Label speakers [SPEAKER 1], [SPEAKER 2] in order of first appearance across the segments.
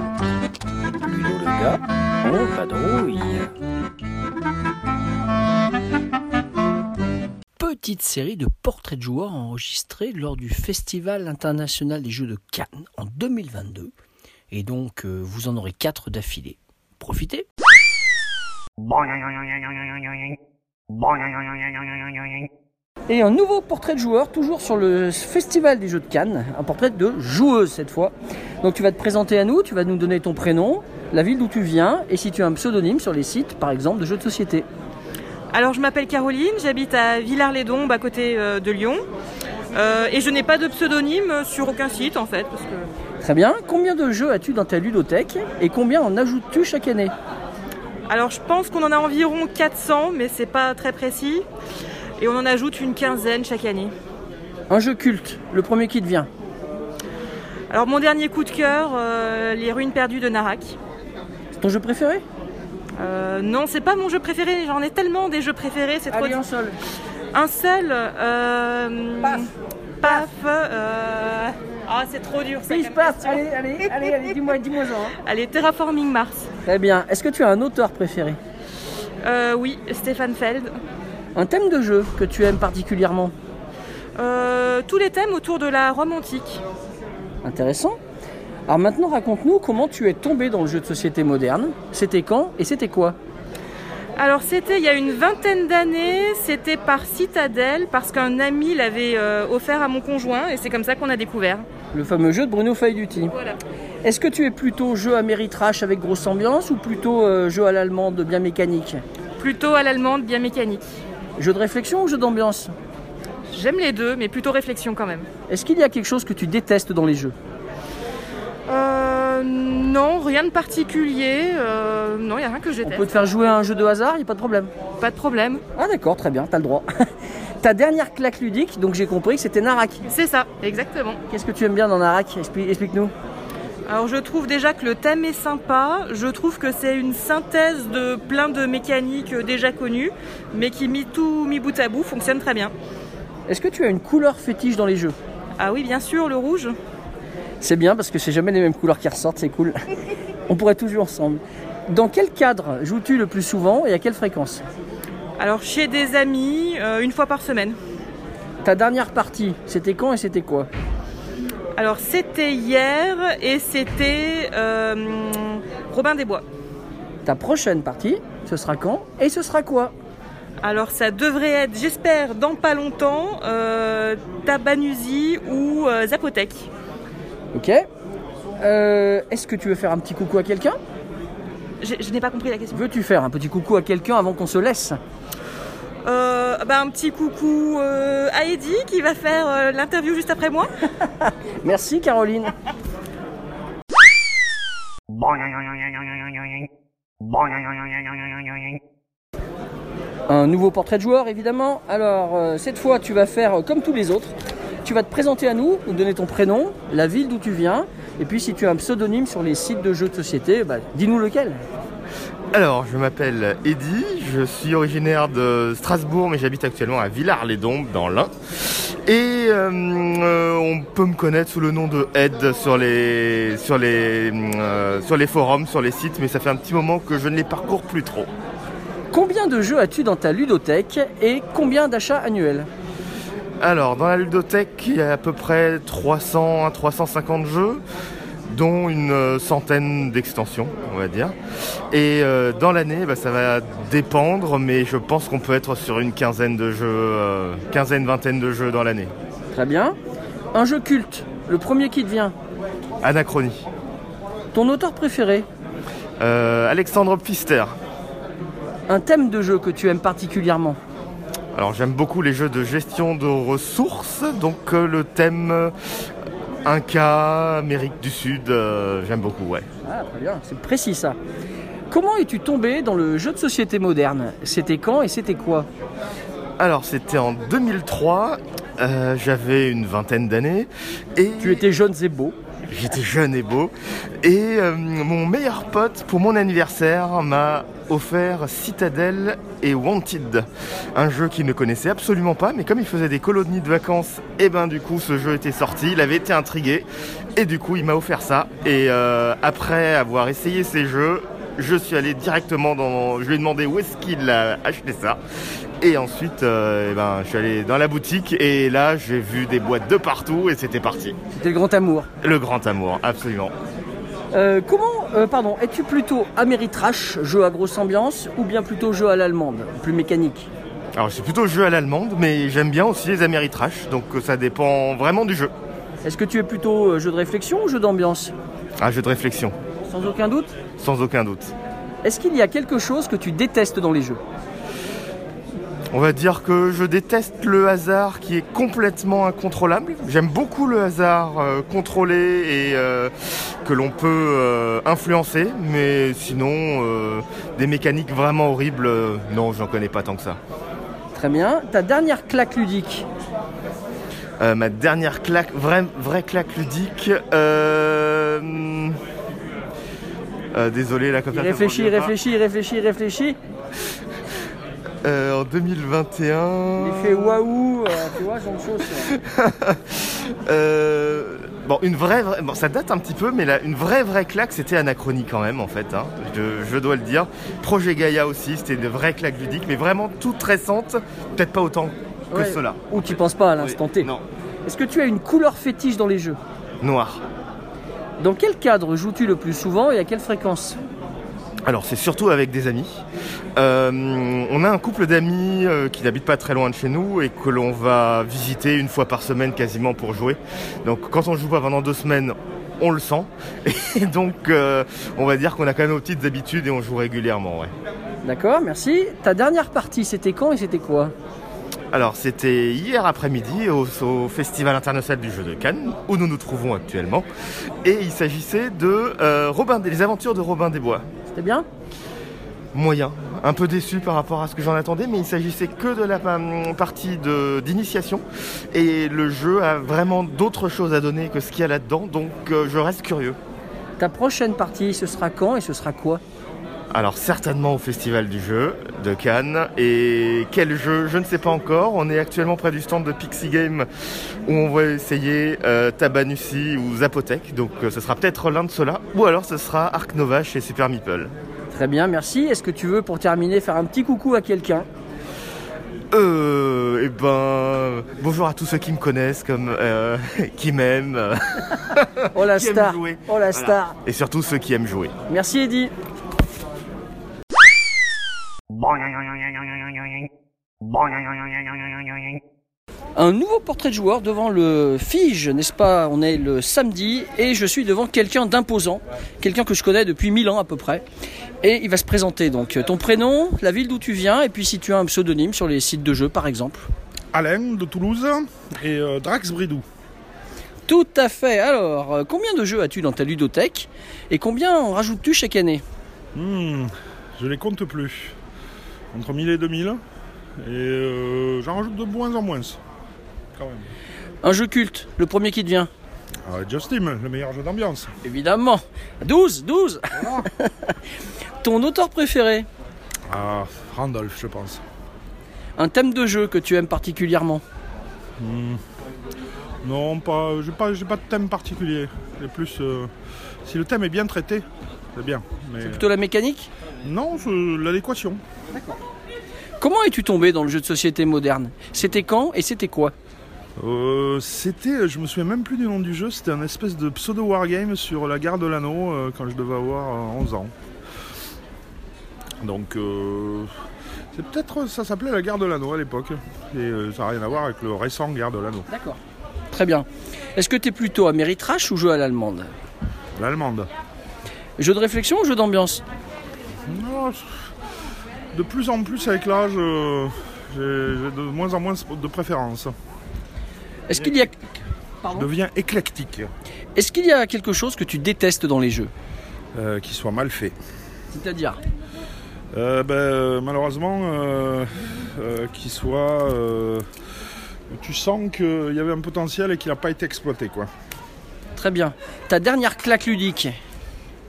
[SPEAKER 1] Ludo le gars, Oh, on vadrouille. Petite série de portraits de joueurs enregistrés lors du Festival international des jeux de Cannes en 2022. Et donc, euh, vous en aurez quatre d'affilée. Profitez Et un nouveau portrait de joueur, toujours sur le Festival des Jeux de Cannes, un portrait de joueuse cette fois. Donc tu vas te présenter à nous, tu vas nous donner ton prénom, la ville d'où tu viens, et si tu as un pseudonyme sur les sites, par exemple, de jeux de société.
[SPEAKER 2] Alors je m'appelle Caroline, j'habite à Villars-les-Dombes à côté euh, de Lyon. Euh, et je n'ai pas de pseudonyme sur aucun site en fait. Parce que...
[SPEAKER 1] Très bien, combien de jeux as-tu dans ta ludothèque, et combien en ajoutes-tu chaque année
[SPEAKER 2] Alors je pense qu'on en a environ 400 mais c'est pas très précis. Et on en ajoute une quinzaine chaque année.
[SPEAKER 1] Un jeu culte, le premier qui te vient.
[SPEAKER 2] Alors mon dernier coup de cœur, euh, Les ruines perdues de Narak.
[SPEAKER 1] C'est ton jeu préféré
[SPEAKER 2] Euh, non, c'est pas mon jeu préféré, j'en ai tellement des jeux préférés, c'est trop
[SPEAKER 1] Allez, un seul.
[SPEAKER 2] Un seul. euh,
[SPEAKER 1] Paf.
[SPEAKER 2] Paf, euh, Ah, c'est trop dur. ça,
[SPEAKER 1] Oui, je
[SPEAKER 2] comme
[SPEAKER 1] passe.
[SPEAKER 2] question.
[SPEAKER 1] Allez, allez, allez, allez, dis-moi, dis-moi en.
[SPEAKER 2] Allez, Terraforming Mars.
[SPEAKER 1] Très bien. Est-ce que tu as un auteur préféré
[SPEAKER 2] Euh, oui, Stéphane Feld.
[SPEAKER 1] Un thème de jeu que tu aimes particulièrement
[SPEAKER 2] Euh, tous les thèmes autour de la Rome antique.
[SPEAKER 1] Intéressant. Alors maintenant, raconte-nous comment tu es tombé dans le jeu de société moderne. C'était quand et c'était quoi
[SPEAKER 2] Alors c'était il y a une vingtaine d'années, c'était par Citadel parce qu'un ami l'avait euh, offert à mon conjoint et c'est comme ça qu'on a découvert.
[SPEAKER 1] Le fameux jeu de Bruno Faiduti.
[SPEAKER 2] Voilà.
[SPEAKER 1] Est-ce que tu es plutôt jeu à méritrache avec grosse ambiance ou plutôt euh, jeu à l'allemande bien mécanique
[SPEAKER 2] Plutôt à l'allemande, bien mécanique.
[SPEAKER 1] Jeu de réflexion ou jeu d'ambiance
[SPEAKER 2] J'aime les deux, mais plutôt réflexion quand même.
[SPEAKER 1] Est-ce qu'il y a quelque chose que tu détestes dans les jeux
[SPEAKER 2] Euh, non, rien de particulier. euh, non, il n'y a rien que je
[SPEAKER 1] On
[SPEAKER 2] déteste.
[SPEAKER 1] peut te faire jouer à un jeu de hasard, il n'y a pas de problème.
[SPEAKER 2] Pas de problème.
[SPEAKER 1] Ah d'accord, très bien, t'as le droit. Ta dernière claque ludique, donc j'ai compris que c'était Narak.
[SPEAKER 2] C'est ça, exactement.
[SPEAKER 1] Qu'est-ce que tu aimes bien dans Narak Expli- Explique-nous.
[SPEAKER 2] Alors je trouve déjà que le thème est sympa, je trouve que c'est une synthèse de plein de mécaniques déjà connues, mais qui mis tout mis bout à bout fonctionne très bien.
[SPEAKER 1] Est-ce que tu as une couleur fétiche dans les jeux
[SPEAKER 2] Ah oui bien sûr, le rouge.
[SPEAKER 1] C'est bien parce que c'est jamais les mêmes couleurs qui ressortent, c'est cool. On pourrait tous jouer ensemble. Dans quel cadre joues-tu le plus souvent et à quelle fréquence
[SPEAKER 2] Alors chez des amis, euh, une fois par semaine.
[SPEAKER 1] Ta dernière partie, c'était quand et c'était quoi
[SPEAKER 2] Alors c'était hier et c'était euh, Robin des Bois.
[SPEAKER 1] Ta prochaine partie, ce sera quand et ce sera quoi
[SPEAKER 2] Alors ça devrait être, j'espère, dans pas longtemps, euh, Tabanusi ou euh, Zapotec.
[SPEAKER 1] Ok Euh, Est-ce que tu veux faire un petit coucou à quelqu'un
[SPEAKER 2] J'ai- Je n'ai pas compris la question.
[SPEAKER 1] Veux-tu faire un petit coucou à quelqu'un avant qu'on se laisse
[SPEAKER 2] Euh, bah, un petit coucou euh, à Eddy qui va faire euh, l'interview juste après moi.
[SPEAKER 1] Merci Caroline Un nouveau portrait de joueur évidemment. Alors euh, cette fois tu vas faire euh, comme tous les autres. Tu vas te présenter à nous, nous donner ton prénom, la ville d'où tu viens, et puis si tu as un pseudonyme sur les sites de jeux de société, bah, dis-nous lequel.
[SPEAKER 3] Alors, je m'appelle Eddy, je suis originaire de Strasbourg, mais j'habite actuellement à Villars-les-Dombes, dans l'Ain. Et euh, euh, on peut me connaître sous le nom de Ed sur les, sur, les, euh, sur les forums, sur les sites, mais ça fait un petit moment que je ne les parcours plus trop.
[SPEAKER 1] Combien de jeux as-tu dans ta ludothèque et combien d'achats annuels
[SPEAKER 3] Alors, dans la ludothèque, il y a à peu près 300 à 350 jeux, dont une euh, centaine d'extensions, on va dire. Et euh, dans l'année, bah, ça va dépendre, mais je pense qu'on peut être sur une quinzaine de jeux, euh, quinzaine, vingtaine de jeux dans l'année.
[SPEAKER 1] Très bien. Un jeu culte, le premier qui te vient.
[SPEAKER 3] Anachronie.
[SPEAKER 1] Ton auteur préféré
[SPEAKER 3] Euh, Alexandre Pfister.
[SPEAKER 1] Un thème de jeu que tu aimes particulièrement
[SPEAKER 3] Alors, j'aime beaucoup les jeux de gestion de ressources, donc euh, le thème euh, Inca, Amérique du Sud, euh, j'aime beaucoup, ouais.
[SPEAKER 1] Ah, très bien, c'est précis ça. Comment es-tu tombé dans le jeu de société moderne C'était quand et c'était quoi
[SPEAKER 3] Alors, c'était en 2003. euh, J'avais une vingtaine d'années. Et
[SPEAKER 1] Tu étais jeune et beau.
[SPEAKER 3] J'étais jeune et beau. Et euh, mon meilleur pote, pour mon anniversaire, m'a offert Citadel et Wanted. Un jeu qu'il ne connaissait absolument pas, mais comme il faisait des colonies de vacances, et ben du coup ce jeu était sorti, il avait été intrigué, et du coup il m'a offert ça. Et euh, après avoir essayé ces jeux, je suis allé directement dans. Je lui ai demandé où est-ce qu'il a acheté ça. Et ensuite, euh, eh ben, je suis allé dans la boutique et là, j'ai vu des boîtes de partout et c'était parti.
[SPEAKER 1] C'était le grand amour.
[SPEAKER 3] Le grand amour, absolument.
[SPEAKER 1] Euh, comment, euh, pardon, es-tu plutôt Ameritrash, jeu à grosse ambiance, ou bien plutôt jeu à l'allemande, plus mécanique
[SPEAKER 3] Alors, c'est plutôt jeu à l'allemande, mais j'aime bien aussi les Ameritrash, donc euh, ça dépend vraiment du jeu.
[SPEAKER 1] Est-ce que tu es plutôt euh, jeu de réflexion ou jeu d'ambiance
[SPEAKER 3] Un jeu de réflexion,
[SPEAKER 1] Sans aucun doute.
[SPEAKER 3] sans aucun doute.
[SPEAKER 1] Est-ce qu'il y a quelque chose que tu détestes dans les jeux
[SPEAKER 3] On va dire que je déteste le hasard qui est complètement incontrôlable. J'aime beaucoup le hasard euh, contrôlé et euh, que l'on peut euh, influencer, mais sinon, euh, des mécaniques vraiment horribles, euh, non, j'en connais pas tant que ça.
[SPEAKER 1] Très bien. Ta dernière claque ludique,
[SPEAKER 3] Euh, ma dernière claque, vraie, vraie claque ludique. euh, hum, euh, désolé, là, comme
[SPEAKER 1] il
[SPEAKER 3] ça, ça me
[SPEAKER 1] réfléchit, il
[SPEAKER 3] revient pas.
[SPEAKER 1] réfléchit, il réfléchit, il réfléchit.
[SPEAKER 3] Euh, en 2021.
[SPEAKER 1] Il fait waouh, euh, tu vois, genre de choses. euh.
[SPEAKER 3] Euh, bon, une vraie, vraie- bon, ça date un petit peu, mais là, une vraie, vraie claque, c'était Anachronie quand même, en fait. hein. je, je dois le dire. Projet Gaia aussi, c'était une vraie claque ludique, mais vraiment toute récente. Peut-être pas autant que
[SPEAKER 1] Ouais.
[SPEAKER 3] cela.
[SPEAKER 1] Ou tu penses pas à l'instant T.
[SPEAKER 3] Non.
[SPEAKER 1] Est-ce que tu as une couleur fétiche dans les jeux
[SPEAKER 3] Noir.
[SPEAKER 1] Dans quel cadre joues-tu le plus souvent et à quelle fréquence
[SPEAKER 3] Alors, c'est surtout avec des amis. Euh, on a un couple d'amis euh, qui n'habitent pas très loin de chez nous et que l'on va visiter une fois par semaine quasiment pour jouer. Donc, quand on joue pas pendant deux semaines, on le sent. Et donc, euh, on va dire qu'on a quand même nos petites habitudes et on joue régulièrement, ouais.
[SPEAKER 1] D'accord, merci. Ta dernière partie, c'était quand et c'était quoi
[SPEAKER 3] Alors, c'était hier après-midi au, au Festival international du jeu de Cannes, où nous nous trouvons actuellement. Et il s'agissait de euh, Robin, des- les aventures de Robin des Bois.
[SPEAKER 1] C'était bien
[SPEAKER 3] Moyen, un peu déçu par rapport à ce que j'en attendais, mais il s'agissait que de la hum, partie de- d'initiation. Et le jeu a vraiment d'autres choses à donner que ce qu'il y a là-dedans, donc euh, je reste curieux.
[SPEAKER 1] Ta prochaine partie, ce sera quand et ce sera quoi
[SPEAKER 3] Alors certainement au Festival du jeu de Cannes. Et quel jeu Je ne sais pas encore. On est actuellement près du stand de Pixie Game où on va essayer euh, Tabanusi ou Zapotec. Donc euh, ce sera peut-être l'un de ceux-là. Ou alors ce sera Arc Nova chez Super Meeple.
[SPEAKER 1] Très bien, merci. Est-ce que tu veux, pour terminer, faire un petit coucou à quelqu'un
[SPEAKER 3] Euh, eh ben, bonjour à tous ceux qui me connaissent, comme euh, qui m'aiment, euh,
[SPEAKER 1] Oh la
[SPEAKER 3] Qui aime
[SPEAKER 1] star
[SPEAKER 3] jouer.
[SPEAKER 1] Oh la
[SPEAKER 3] Voilà.
[SPEAKER 1] star
[SPEAKER 3] et surtout ceux qui aiment jouer.
[SPEAKER 1] Merci Eddy Un nouveau portrait de joueur devant le Fige, n'est-ce pas On est le samedi et je suis devant quelqu'un d'imposant, quelqu'un que je connais depuis 1000 ans à peu près. Et il va se présenter donc ton prénom, la ville d'où tu viens et puis si tu as un pseudonyme sur les sites de jeux par exemple.
[SPEAKER 4] Alain de Toulouse et euh, Drax Bridou.
[SPEAKER 1] Tout à fait. Alors, euh, combien de jeux as-tu dans ta ludothèque et combien en rajoutes-tu chaque année
[SPEAKER 4] Hmm, je les compte plus. Entre 1000 et 2000. Et euh, j'en rajoute de moins en moins. Quand même.
[SPEAKER 1] Un jeu culte, le premier qui te vient
[SPEAKER 4] Ah, Just Team, le meilleur jeu d'ambiance.
[SPEAKER 1] Évidemment. 12, 12. Ton auteur préféré
[SPEAKER 4] Ah, Randolph, je pense.
[SPEAKER 1] Un thème de jeu que tu aimes particulièrement
[SPEAKER 4] Hmm. Non, pas, j'ai pas, j'ai pas de thème particulier. Et plus, euh, si le thème est bien traité, c'est bien. Mais
[SPEAKER 1] Plutôt la mécanique
[SPEAKER 4] non, c'est l'adéquation.
[SPEAKER 1] Comment es-tu tombé dans le jeu de société moderne C'était quand et c'était quoi
[SPEAKER 4] Euh, c'était, je me souviens même plus du nom du jeu, c'était un espèce de pseudo wargame sur la gare de l'anneau euh, quand je devais avoir euh, 11 ans. Donc, euh, c'est peut-être euh, ça s'appelait la gare de l'anneau à l'époque. Et euh, ça n'a rien à voir avec le récent gare de l'anneau.
[SPEAKER 1] D'accord. Très bien. Est-ce que tu es plutôt Ameritrash ou jeu à l'allemande
[SPEAKER 4] L'allemande.
[SPEAKER 1] Jeu de réflexion ou jeu d'ambiance
[SPEAKER 4] Non, je- De plus en plus avec l'âge, euh, j'ai j'ai de moins en moins de préférence.
[SPEAKER 1] Est-ce qu'il y, a...
[SPEAKER 4] Je deviens éclectique,
[SPEAKER 1] Est qu'il y a quelque chose que tu détestes dans les jeux
[SPEAKER 4] euh, qu'il soit mal fait.
[SPEAKER 1] C'est-à-dire
[SPEAKER 4] Euh, ben, euh, malheureusement, euh, euh, qu'il soit. euh, tu sens qu'il y avait un potentiel et qu'il n'a pas été exploité. quoi.
[SPEAKER 1] très bien. Ta dernière claque ludique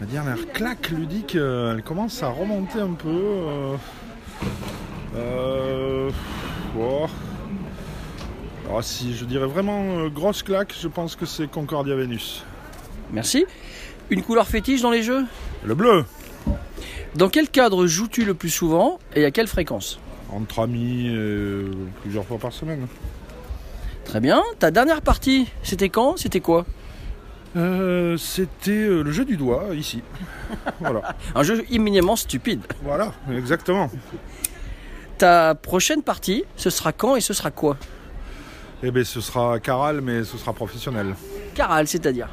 [SPEAKER 4] Ma dernière claque ludique, euh, elle commence à remonter un peu. euh, euh, oh. Ah, si, je dirais vraiment euh, grosse claque, je pense que c'est Concordia Vénus.
[SPEAKER 1] Merci. Une couleur fétiche dans les jeux
[SPEAKER 4] Le bleu
[SPEAKER 1] Dans quel cadre joues-tu le plus souvent et à quelle fréquence
[SPEAKER 4] Entre amis, euh, plusieurs fois par semaine.
[SPEAKER 1] Très bien. Ta dernière partie, c'était quand C'était quoi
[SPEAKER 4] Euh, C'était euh, le jeu du doigt, ici. voilà.
[SPEAKER 1] Un jeu imminemment stupide.
[SPEAKER 4] voilà, exactement.
[SPEAKER 1] Ta prochaine partie, ce sera quand et ce sera quoi
[SPEAKER 4] Eh bien, ce sera Caral, mais ce sera professionnel.
[SPEAKER 1] Caral, c'est-à-dire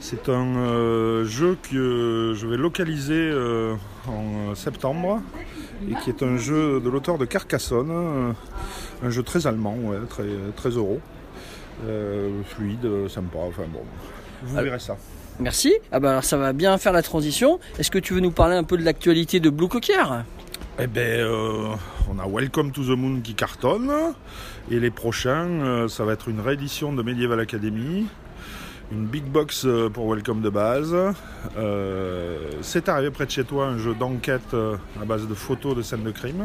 [SPEAKER 4] C'est un euh, jeu que je vais localiser euh, en euh, septembre et qui est un jeu de l'auteur de Carcassonne, euh, un jeu très allemand, ouais, très, très euro, euh, fluide, euh, sympa, enfin bon, vous
[SPEAKER 1] Alors-
[SPEAKER 4] verrez ça.
[SPEAKER 1] Merci. Ah bah alors ça va bien faire la transition. Est-ce que tu veux nous parler un peu de l'actualité de Blue Coquillard
[SPEAKER 4] Eh ben, euh, on a Welcome to the Moon qui cartonne. Et les prochains, euh, ça va être une réédition de Medieval Academy. Une big box euh, pour Welcome de base. Euh, C'est arrivé près de chez toi un jeu d'enquête euh, à base de photos de scènes de crime.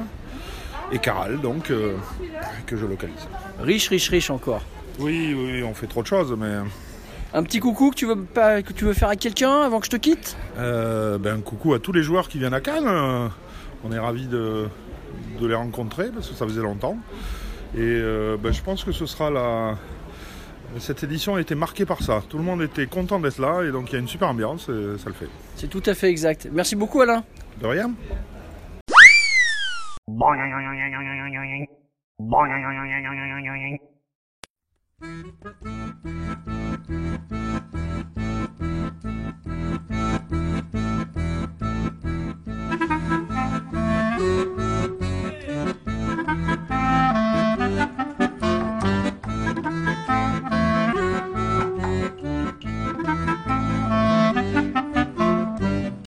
[SPEAKER 4] Et Caral, donc, euh, que je localise.
[SPEAKER 1] Riche, riche, riche encore.
[SPEAKER 4] Oui, oui, on fait trop de choses, mais
[SPEAKER 1] Un petit coucou que tu veux, pas, que tu veux faire à quelqu'un avant que je te quitte
[SPEAKER 4] Euh, ben, coucou à tous les joueurs qui viennent à Cannes. Euh, On est ravis de, de les rencontrer parce que ça faisait longtemps. Et euh, ben, je pense que ce sera la. Cette édition a été marquée par ça. Tout le monde était content d'être là et donc il y a une super ambiance et ça le fait.
[SPEAKER 1] C'est tout à fait exact. Merci beaucoup Alain.
[SPEAKER 4] De rien